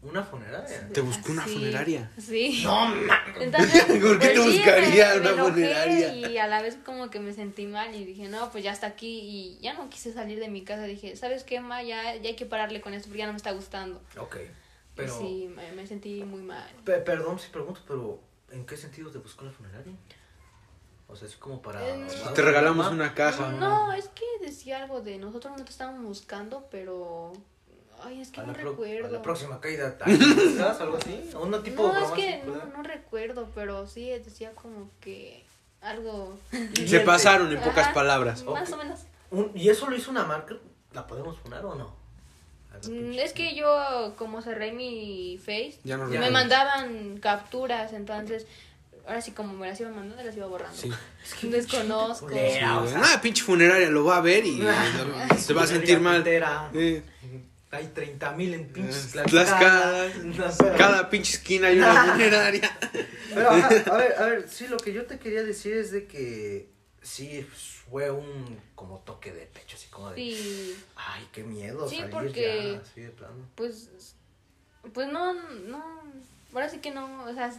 Speaker 2: ¿Una funeraria?
Speaker 3: Te busqué una
Speaker 5: Así.
Speaker 3: funeraria.
Speaker 5: Sí.
Speaker 2: No, mames.
Speaker 5: Entonces, pues
Speaker 3: ¿Por qué te
Speaker 5: sí,
Speaker 3: buscaría
Speaker 5: me- me
Speaker 3: una
Speaker 5: enojé
Speaker 3: funeraria?
Speaker 5: Y a la vez como que me sentí mal y dije, no, pues ya está aquí y ya no quise salir de mi casa. Dije, ¿sabes qué, Ma? Ya, ya hay que pararle con esto porque ya no me está gustando.
Speaker 2: Ok,
Speaker 5: Y
Speaker 2: pero...
Speaker 5: Sí, me, me sentí muy mal.
Speaker 2: Pe- perdón si pregunto, pero ¿en qué sentido te buscó la funeraria? O sea, es como para...
Speaker 5: Eh,
Speaker 3: Te regalamos una caja.
Speaker 5: Pues No, es que decía algo de nosotros no te estábamos buscando, pero... Ay, es que
Speaker 2: A
Speaker 5: no
Speaker 2: la, pro-
Speaker 5: recuerdo.
Speaker 2: a la próxima caída, ¿te acuerdas? ¿Algo así? ¿O ¿Una tipo
Speaker 5: no, es
Speaker 2: broma
Speaker 5: que
Speaker 2: así,
Speaker 5: no,
Speaker 2: ¿verdad?
Speaker 5: no recuerdo, pero sí decía como que algo...
Speaker 3: Se pasaron en pocas
Speaker 5: Ajá,
Speaker 3: palabras.
Speaker 5: Más
Speaker 2: Ok.
Speaker 5: o menos.
Speaker 2: Un- ¿Y eso lo hizo una marca? ¿La podemos funar o no? A la
Speaker 5: Mm,
Speaker 2: pinche-
Speaker 5: Es que yo, como cerré mi face,
Speaker 3: Ya no
Speaker 2: Ya.
Speaker 5: me
Speaker 3: recuerdo.
Speaker 5: mandaban capturas, entonces, ahora sí, como me las iba mandando, las iba borrando.
Speaker 3: Sí.
Speaker 5: Desconozco.
Speaker 2: culera.
Speaker 3: Ah, pinche funeraria, lo va a ver y se va a sentir mal.
Speaker 2: Pintera.
Speaker 3: Eh,
Speaker 2: Hay 30.000 en pinches
Speaker 3: Eh,
Speaker 2: Tlaxcala. No sé.
Speaker 3: cada pinche esquina hay una funeraria.
Speaker 2: Pero, ajá, a ver, a ver, sí, lo que yo te quería decir es de que sí fue un como toque de pecho, así como de,
Speaker 5: Sí,
Speaker 2: ay, qué miedo
Speaker 5: Sí,
Speaker 2: salir
Speaker 5: porque-
Speaker 2: ya, así de plano.
Speaker 5: pues, pues no, no, ahora sí que no, o sea,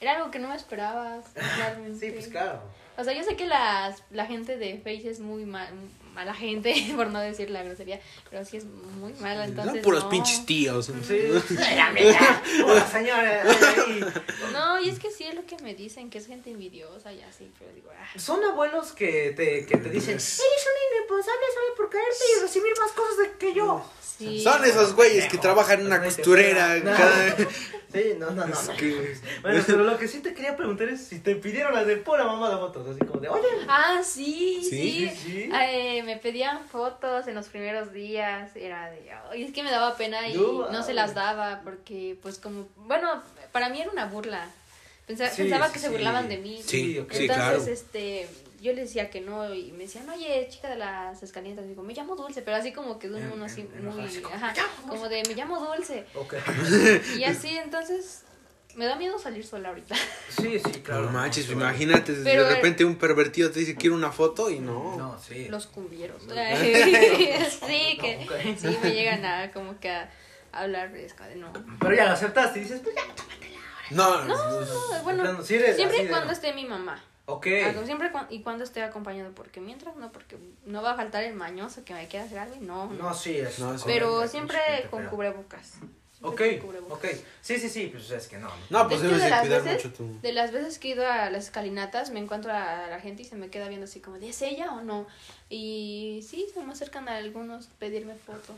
Speaker 5: era algo que no me esperaba. realmente.
Speaker 2: Sí, pues claro.
Speaker 5: O sea, yo sé que las, la gente de Face es muy ma- mala gente, por no decir la grosería, pero sí es muy mala, entonces
Speaker 3: Son puros
Speaker 5: no.
Speaker 3: pinches tíos.
Speaker 2: Era mía. Hola, señora. eh, ay,
Speaker 5: No, y es que sí es lo que me dicen, que es gente envidiosa y así, pero digo, ah.
Speaker 2: ay. Son abuelos que te, que te dicen, eres un irresponsable solo por caerte y recibir más cosas de- que yo.
Speaker 5: Sí.
Speaker 3: Son esos güeyes que trabajan en una costurera.
Speaker 2: No.
Speaker 3: cada-
Speaker 2: Sí, no, no, no.
Speaker 3: Es
Speaker 2: no.
Speaker 3: que-
Speaker 2: Bueno, pero lo que sí te quería preguntar es si te pidieron las de pura mamá de fotos, así como de, oye,
Speaker 5: Ah, sí,
Speaker 3: Sí,
Speaker 5: sí.
Speaker 2: sí, sí.
Speaker 5: Eh, me pedían fotos en los primeros días. Era de. ay, es que me daba pena y
Speaker 2: No,
Speaker 5: no se
Speaker 2: ay.
Speaker 5: las daba porque, pues, como. Bueno, para mí era una burla. Pensa-
Speaker 2: Sí,
Speaker 5: pensaba
Speaker 2: sí,
Speaker 5: que se
Speaker 2: sí.
Speaker 5: burlaban de mí.
Speaker 3: Sí,
Speaker 2: ok.
Speaker 3: sí,
Speaker 5: Entonces,
Speaker 3: claro.
Speaker 5: este, yo le decía que no y me decían, oye, chica de las escaletas, digo, me llamo Dulce, pero así como que de un
Speaker 2: En-
Speaker 5: uno así
Speaker 2: Em, en- enojada,
Speaker 5: muy,
Speaker 2: así como,
Speaker 5: ajá,
Speaker 2: "Me llamo
Speaker 5: como de, me llamo Dulce.
Speaker 2: Ok.
Speaker 5: Y así, entonces, me da miedo salir sola ahorita.
Speaker 2: Sí, sí, claro.
Speaker 3: No manches,
Speaker 2: Sí.
Speaker 3: imagínate,
Speaker 5: Pero-
Speaker 3: de repente un pervertido te dice quiero una foto y no.
Speaker 2: No, sí.
Speaker 5: Los cumbieros. sí,
Speaker 2: No,
Speaker 5: que
Speaker 2: ok.
Speaker 5: sí me llegan a como que a hablar, pero es como de no.
Speaker 2: Pero ya la aceptaste y dices, pues ya.
Speaker 3: No,
Speaker 5: No, bueno,
Speaker 2: Fernando, sí eres
Speaker 5: siempre
Speaker 2: así
Speaker 5: y
Speaker 2: de
Speaker 5: cuando
Speaker 2: no.
Speaker 5: esté mi mamá.
Speaker 2: Ok.
Speaker 5: Algo, Siempre cu- y cuando esté acompañado, porque mientras no, porque no va a faltar el mañoso que me quiera hacer algo y no. no.
Speaker 2: No, sí, es.
Speaker 3: No, sí.
Speaker 5: Pero
Speaker 2: es-
Speaker 5: siempre
Speaker 2: es-
Speaker 5: con cubrebocas.
Speaker 6: Ok,
Speaker 5: Siempre con cubrebocas.
Speaker 6: ok. Sí, sí, sí, pues es que no.
Speaker 3: No, pues
Speaker 5: De hecho,
Speaker 3: debes
Speaker 5: de
Speaker 3: de
Speaker 5: las
Speaker 3: cuidar
Speaker 5: veces-
Speaker 3: mucho tu...
Speaker 5: De las veces que he ido a las escalinatas, me encuentro a la gente y se me queda viendo así como, ¿es ella o no? Y sí, se me acercan a algunos a pedirme foto.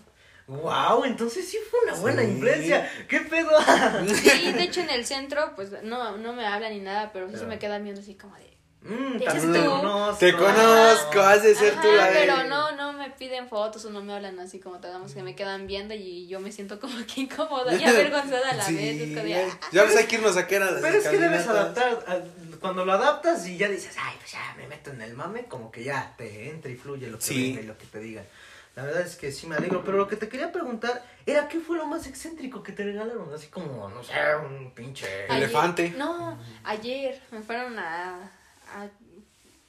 Speaker 2: Wow, entonces sí fue una buena
Speaker 3: Sí.
Speaker 2: influencia. ¿Qué pedo? Mm,
Speaker 5: Sí, de hecho en el centro, pues no, no me hablan ni nada, pero sí se me quedan viendo así como de...
Speaker 2: Mm,
Speaker 5: Dices
Speaker 2: también
Speaker 5: tú.
Speaker 2: conozco. Ah.
Speaker 3: Te conozco, has de ser tú
Speaker 5: Ajá,
Speaker 3: la de...
Speaker 5: pero no, no me piden fotos o no me hablan así como digamos que me quedan viendo y yo me siento como que incómoda y avergonzada a la
Speaker 3: Sí,
Speaker 5: vez. es como de, ah,
Speaker 3: Ya ves, hay que irnos a caer a las
Speaker 2: Pero es que debes
Speaker 3: escalinatas.
Speaker 2: adaptar, a- cuando lo adaptas y ya dices, ay, pues ya me meto en el mame, como que ya te entra y fluye lo que
Speaker 3: Sí.
Speaker 2: venga y lo que te digan. La verdad es que sí me alegro, pero lo que te quería preguntar era qué fue lo más excéntrico que te regalaron, así como, no sé, un pinche...
Speaker 5: ayer-
Speaker 3: Elefante.
Speaker 5: No, ayer me fueron a, a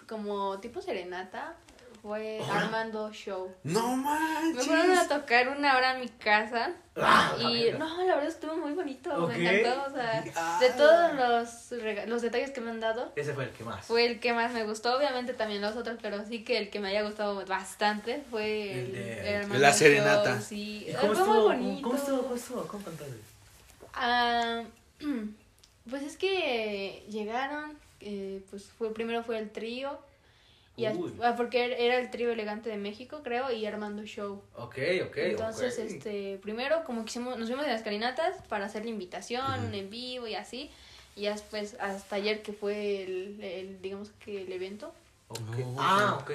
Speaker 5: como tipo serenata, fue Armando Show.
Speaker 3: No
Speaker 5: Me fueron a
Speaker 3: manches.
Speaker 5: tocar una hora a mi casa
Speaker 2: Ah, la
Speaker 5: y
Speaker 2: verga.
Speaker 5: no, la verdad estuvo muy bonito,
Speaker 2: Ok. ah.
Speaker 5: me encantó, o sea, de todos los, rega- los detalles que me han dado,
Speaker 2: Ese fue el que más.
Speaker 5: fue el que más me gustó, obviamente también los otros, pero sí que el que me haya gustado bastante fue
Speaker 2: El
Speaker 5: el,
Speaker 2: de-
Speaker 5: Hermanos
Speaker 3: La serenata.
Speaker 5: Show, sí.
Speaker 2: ¿Y
Speaker 5: Eh,
Speaker 2: cómo
Speaker 5: fue
Speaker 2: estuvo?
Speaker 5: muy bonito.
Speaker 2: ¿Cómo estuvo? ¿Cómo estuvo? ¿Cómo contaste?
Speaker 5: Ah, pues es que llegaron, eh, pues fue primero fue el trío. Y as-
Speaker 2: Uy.
Speaker 5: ah, porque era el trío elegante de México, creo, y Armando Show.
Speaker 2: Ok, ok,
Speaker 5: Entonces,
Speaker 2: ok.
Speaker 5: este, primero como que hicimos, nos fuimos de las calinatas para hacer la invitación, un en vivo y así. Y ya después, hasta ayer que fue el, el, digamos que el evento.
Speaker 2: Ok.
Speaker 3: No,
Speaker 2: ah, ok.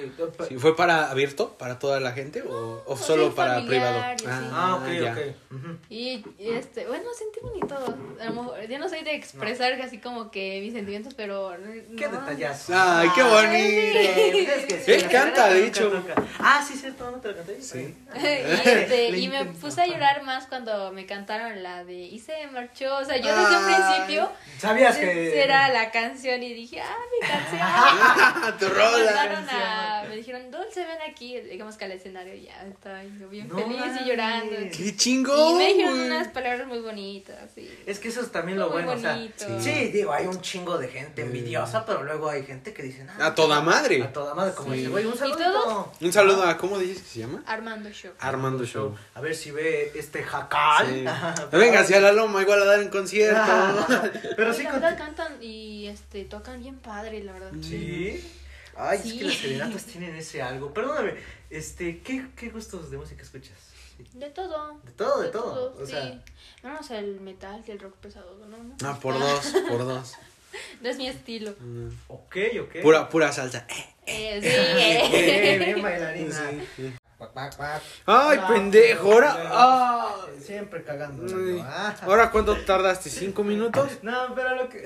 Speaker 3: Sí, ¿Fue para abierto, para toda la gente o, o
Speaker 5: sea,
Speaker 3: solo
Speaker 5: es
Speaker 3: para privado?
Speaker 5: familiar y así.
Speaker 2: Ah, ok,
Speaker 3: ya.
Speaker 2: ok. Ujú.
Speaker 5: Y este, bueno, sentí bonito. A lo mejor, yo no soy de expresar así como que mis sentimientos, pero.
Speaker 2: Qué
Speaker 5: no.
Speaker 2: detallazo.
Speaker 3: Ay, qué bonito.
Speaker 2: Eh, pues es que sí,
Speaker 3: Él
Speaker 2: la
Speaker 3: canta,
Speaker 2: verdad,
Speaker 3: de
Speaker 2: nunca
Speaker 3: hecho.
Speaker 2: toca. Ah, sí, cierto, no te lo canté.
Speaker 3: Sí.
Speaker 5: y, este, y me puse a llorar más cuando me cantaron la de Y se marchó. O sea, yo desde un
Speaker 3: Ay,
Speaker 5: principio
Speaker 2: Sabías que.
Speaker 5: era la canción y dije, ah, mi canción.
Speaker 3: Ah, tu
Speaker 5: Me,
Speaker 3: rola.
Speaker 5: mandaron a- me dijeron, Dulce, ven aquí, digamos que al escenario y ya estaba yo bien
Speaker 2: No
Speaker 5: feliz
Speaker 2: mames.
Speaker 5: y llorando.
Speaker 3: Qué
Speaker 5: Y
Speaker 3: chingón.
Speaker 5: me dijeron
Speaker 3: güey.
Speaker 5: unas palabras muy bonitas. sí.
Speaker 2: Es que eso es también lo
Speaker 5: Muy
Speaker 2: bueno, o sea.
Speaker 5: bonito.
Speaker 2: Sí. digo, hay un chingo de gente envidiosa, pero luego hay gente que dice. "Ah,
Speaker 3: A toda madre.
Speaker 2: A Ah. toda madre, como
Speaker 3: Sí.
Speaker 2: dice, güey, un saludo.
Speaker 5: todo?
Speaker 3: Un saludo a, ¿cómo dices que se llama?
Speaker 5: Armando Show.
Speaker 3: Armando Show.
Speaker 2: A ver si ve este jacal.
Speaker 3: Sí.
Speaker 2: Ajá.
Speaker 3: Venga hacia la loma, igual a dar un concierto.
Speaker 2: Ah, Pero
Speaker 5: Sí,
Speaker 2: sí,
Speaker 5: la
Speaker 2: con-
Speaker 5: verdad cantan y este tocan bien padre, la verdad.
Speaker 2: Sí. Ay, es que
Speaker 5: Sí.
Speaker 2: las serenatas tienen ese algo. Perdóname, este, ¿qué, qué gustos de música escuchas?
Speaker 5: De todo.
Speaker 2: De todo, de todo. O
Speaker 5: sí.
Speaker 2: sea,
Speaker 5: No, o sea, el metal y el rock pesado, no, no.
Speaker 3: No, por dos, por dos.
Speaker 5: No es mi estilo.
Speaker 2: ok, ok.
Speaker 3: Pura, pura salsa. Eh,
Speaker 5: Eh,
Speaker 2: Ah, Bien,
Speaker 5: sí.
Speaker 2: bien bailarina.
Speaker 3: sí.
Speaker 2: Cuac, cuac, cuac.
Speaker 3: Ay, pendejo, ahora. ah.
Speaker 2: Siempre cagando.
Speaker 3: Ay.
Speaker 2: ¿no? Ah.
Speaker 3: ¿Ahora cuánto tardaste? ¿Cinco minutos?
Speaker 2: No, pero lo que.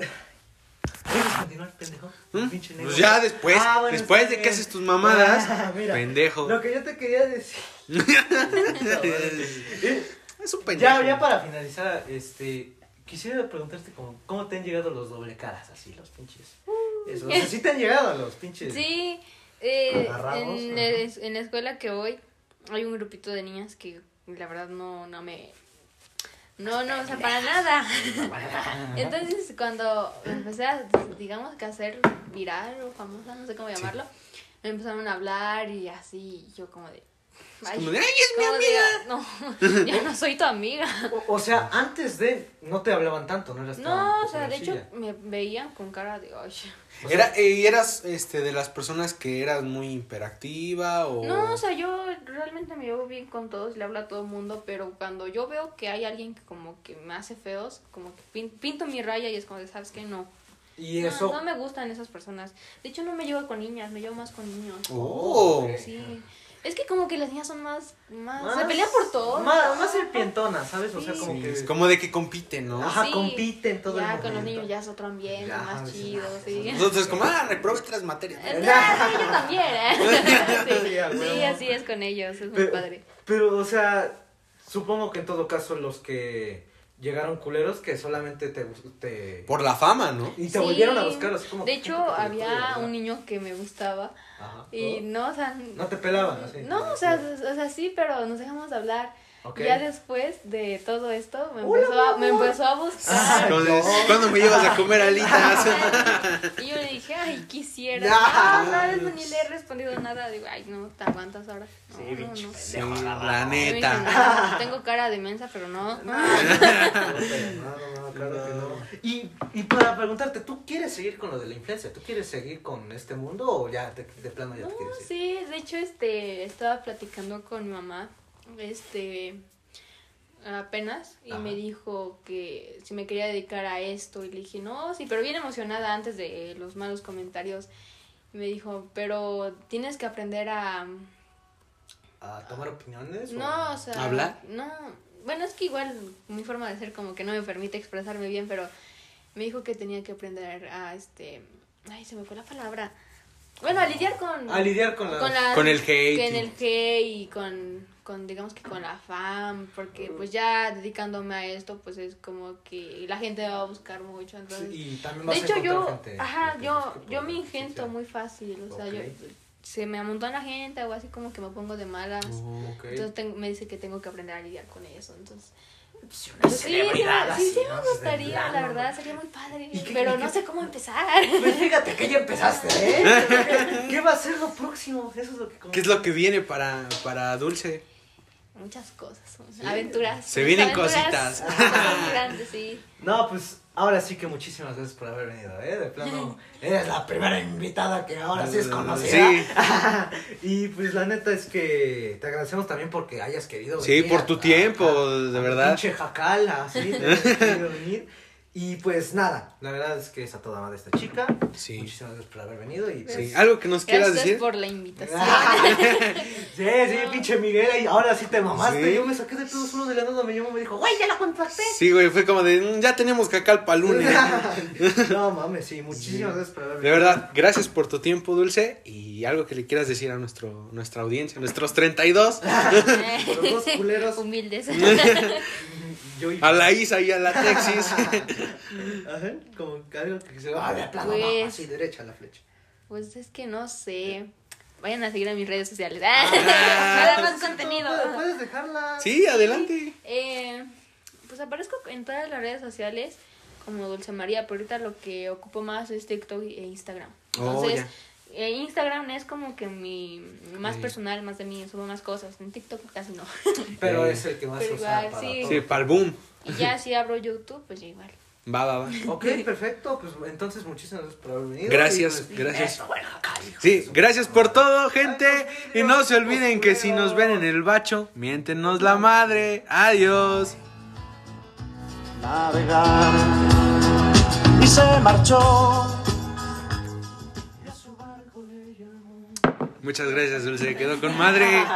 Speaker 2: ¿Quieres continuar, pendejo?
Speaker 3: ¿Mm?
Speaker 2: Pinche negro.
Speaker 3: Pues ya después,
Speaker 2: Ah, bueno,
Speaker 3: después
Speaker 2: está
Speaker 3: de que
Speaker 2: bien.
Speaker 3: haces tus mamadas,
Speaker 2: Ah, mira,
Speaker 3: pendejo.
Speaker 2: Lo que yo te quería decir.
Speaker 3: es un pendejo.
Speaker 2: Ya, ya para finalizar, este. Quisiera preguntarte cómo, cómo te han llegado los doble caras, así, los pinches. Eso, o sea, sí te han llegado los pinches.
Speaker 5: Uh. Sí, eh,
Speaker 2: Agarrados,
Speaker 5: en,
Speaker 2: ajá.
Speaker 5: en la escuela que voy hay un grupito de niñas que la verdad no, no me... No, no, o sea, para nada. Entonces, cuando empecé a, digamos que a ser viral o famosa, no sé cómo llamarlo, me empezaron a hablar y así, y yo como de...
Speaker 3: Es
Speaker 5: "Ay,
Speaker 3: como de, "Ay, es mi
Speaker 5: ¿cómo
Speaker 3: amiga".
Speaker 5: diga? No, yo no soy tu amiga.
Speaker 2: O, o sea, antes de. No te hablaban tanto, ¿no eras tan
Speaker 5: No, o sea, de hecho,
Speaker 2: popularcilla.
Speaker 5: me veían con cara de... "Ay".
Speaker 3: Era, eh, ¿y eras este, de las personas que eras muy hiperactiva
Speaker 2: Oh.
Speaker 3: o...?
Speaker 5: No, o sea, yo realmente me llevo bien con todos, le hablo a todo el mundo, pero cuando yo veo que hay alguien que como que me hace feos, como que pin- pinto mi raya y es como de, ¿sabes qué? No.
Speaker 2: Y
Speaker 5: No,
Speaker 2: eso.
Speaker 5: No, me gustan esas personas. De hecho, no me llevo con niñas, me llevo más con niños.
Speaker 3: Oh.
Speaker 2: Ok.
Speaker 5: Sí. Es que como que las niñas son más... más,
Speaker 2: Más-
Speaker 5: se pelean por todo.
Speaker 2: Más, más serpientona, ¿sabes? O sea,
Speaker 5: Sí.
Speaker 2: como
Speaker 3: Sí,
Speaker 2: que.
Speaker 3: es como de que Ah, compiten, ¿no?
Speaker 2: Ajá,
Speaker 5: Sí.
Speaker 2: compiten todo
Speaker 5: Ya,
Speaker 2: el
Speaker 5: con los
Speaker 2: momento.
Speaker 5: niños ya es otro ambiente,
Speaker 2: Ya,
Speaker 5: más
Speaker 2: sí.
Speaker 5: chido, sí.
Speaker 3: Nosotros como, ah, reprobé tres materias.
Speaker 5: Entonces, sí, yo también, ¿eh?
Speaker 2: Eh, Sí, a
Speaker 5: Sí,
Speaker 2: huevo.
Speaker 5: sí, así es con ellos, es muy
Speaker 2: Pero-
Speaker 5: padre.
Speaker 2: Pero, o sea, supongo que en todo caso los que llegaron culeros que solamente te... bus- te...
Speaker 3: Por la fama, ¿no?
Speaker 2: Y te
Speaker 5: Sí.
Speaker 2: volvieron a buscar así como...
Speaker 5: De hecho,
Speaker 2: "Gente, te
Speaker 5: había
Speaker 2: recuerdo",
Speaker 5: un niño que me gustaba
Speaker 2: Ajá.
Speaker 5: y no, o sea...
Speaker 2: No te pelaban, así.
Speaker 5: No, o sea, o sea, sí, pero nos dejamos de hablar.
Speaker 3: Ok.
Speaker 5: Ya después de todo esto, me empezó, a, me empezó a buscar.
Speaker 3: Ah, entonces, ¿Cuándo me llevas a comer alitas?
Speaker 5: Y yo le dije, ay, quisiera.
Speaker 2: Ya.
Speaker 5: Ah, no, no, ni le he respondido nada. Digo, ay, no, te aguantas ahora. No,
Speaker 2: Sí,
Speaker 5: no,
Speaker 2: pinche
Speaker 5: no.
Speaker 3: Sí, la
Speaker 5: Y me dice,
Speaker 3: neta.
Speaker 5: "No, tengo cara de mensa, pero no.
Speaker 2: Ah, No, no, claro que no. Y, y para preguntarte, ¿tú quieres seguir con lo de la influencia? ¿Tú quieres seguir con este mundo o ya te- de plano ya
Speaker 5: No,
Speaker 2: te quieres ir?
Speaker 5: Uh, sí, de hecho, este, estaba platicando con mi mamá, este, apenas, y
Speaker 2: Ajá.
Speaker 5: me dijo que si me quería dedicar a esto, y le dije, no, sí, pero bien emocionada antes de los malos comentarios, y me dijo, pero tienes que aprender a,
Speaker 2: ¿A tomar opiniones? o-
Speaker 5: no, o sea,
Speaker 3: ¿Hablar?
Speaker 5: no, bueno, es que igual mi forma de ser como que no me permite expresarme bien, pero me dijo que tenía que aprender a, este, ay, se me fue la palabra, bueno, a lidiar con...
Speaker 2: A lidiar con la...
Speaker 5: con, las-
Speaker 3: Con el hate.
Speaker 5: que en el G y con, con digamos que con la fam, porque pues ya dedicándome a esto, pues es como que la gente va a buscar mucho,
Speaker 2: Sí,
Speaker 5: entonces...
Speaker 2: y también
Speaker 5: de
Speaker 2: vas a
Speaker 5: hecho
Speaker 2: encontrar
Speaker 5: yo,
Speaker 2: gente
Speaker 5: ajá,
Speaker 2: que te
Speaker 5: yo,
Speaker 2: busque
Speaker 5: yo
Speaker 2: por
Speaker 5: me
Speaker 2: la
Speaker 5: ingento
Speaker 2: justicia.
Speaker 5: muy fácil, o sea,
Speaker 2: Ok.
Speaker 5: yo se me amontona gente o así como que me pongo de malas.
Speaker 3: Oh, ok.
Speaker 5: Entonces tengo- me dice que tengo que aprender a lidiar con eso, entonces...
Speaker 2: Sí, una
Speaker 5: pues, sí, sí,
Speaker 2: celebridad
Speaker 5: sí, sí
Speaker 2: así,
Speaker 5: me
Speaker 2: ¿no?
Speaker 5: gustaría, la
Speaker 2: Plano.
Speaker 5: verdad, sería muy padre,
Speaker 2: ¿Y qué-
Speaker 5: pero
Speaker 2: y qué-
Speaker 5: no sé cómo empezar.
Speaker 2: Pues fíjate que ya empezaste, ¿eh? ¿Qué va a ser lo próximo? Eso es lo que... como-
Speaker 3: ¿Qué es lo que viene para, para Dulce?
Speaker 5: Muchas cosas, aventuras.
Speaker 3: Se vienen
Speaker 5: aventuras,
Speaker 3: cositas.
Speaker 5: cosas grandes, sí.
Speaker 2: No, pues ahora sí que muchísimas gracias por haber venido, ¿eh? De plano, eres la primera invitada que ahora sí es conocida.
Speaker 3: Sí.
Speaker 2: y pues la neta es que te agradecemos también porque hayas querido
Speaker 3: Sí, por tu tiempo, de verdad.
Speaker 2: Pinche jacal, así, te hayas querido venir. Y pues nada, la verdad es que es a toda madre esta chica.
Speaker 3: Sí.
Speaker 2: Muchísimas gracias por haber venido y
Speaker 3: Sí,
Speaker 2: pues...
Speaker 3: algo que nos quieras
Speaker 5: Gracias
Speaker 3: decir. Ah,
Speaker 5: por la invitación.
Speaker 2: Sí, sí, pinche Miguel, ahí, ahora sí te mamaste.
Speaker 3: Sí.
Speaker 2: Yo me saqué de todo solo de la nada, me llamó, me dijo, güey, ya la contraté.
Speaker 3: Sí, güey, fue como de, "Mm, ya tenemos cacal para lunes.
Speaker 2: no mames, sí, muchísimas gracias por haber
Speaker 3: De verdad, gracias por tu tiempo, Dulce, y algo que le quieras decir a nuestro nuestra audiencia, nuestros 32,
Speaker 2: Los dos culeros.
Speaker 5: Humildes.
Speaker 2: Yo y...
Speaker 3: a la Isa y a la Texis.
Speaker 2: Ajá, como que algo que se va de plano,
Speaker 5: Pues-
Speaker 2: no, así derecha la flecha.
Speaker 5: pues es que no sé. Vayan a seguir a mis redes sociales.
Speaker 3: Ah, pues
Speaker 5: Para más contenido.
Speaker 2: Puedes- Puedes dejarla.
Speaker 3: Sí, adelante.
Speaker 5: Eh, pues aparezco en todas las redes sociales como Dulce María, pero ahorita lo que ocupo más es TikTok e Instagram.
Speaker 3: Oh,
Speaker 5: Entonces,
Speaker 3: ya.
Speaker 5: eh, Instagram es como que mi más
Speaker 3: Sí.
Speaker 5: personal, más de mí, subo más cosas. En TikTok casi no.
Speaker 2: Pero
Speaker 3: Eh,
Speaker 2: es el que más
Speaker 5: pero
Speaker 2: usa
Speaker 5: igual,
Speaker 2: para
Speaker 5: sí.
Speaker 2: todo.
Speaker 3: Sí, para el boom.
Speaker 5: Y ya si abro YouTube, pues ya igual.
Speaker 3: Va, va, va.
Speaker 2: Ok, perfecto. Pues entonces, muchísimas gracias por haber venido.
Speaker 3: Gracias,
Speaker 2: Y, pues,
Speaker 3: gracias.
Speaker 2: eso, bueno, acá, hijo de
Speaker 3: Sí,
Speaker 2: su-
Speaker 3: gracias por todo, gente.
Speaker 2: Ay, los
Speaker 3: Y no
Speaker 2: videos,
Speaker 3: se olviden
Speaker 2: los
Speaker 3: que si nos ven en el bacho, miéntenos la madre. Adiós.
Speaker 1: navegar y se marchó. Y a su barco le llamó.
Speaker 3: Muchas gracias, Dulce. Quedó con madre.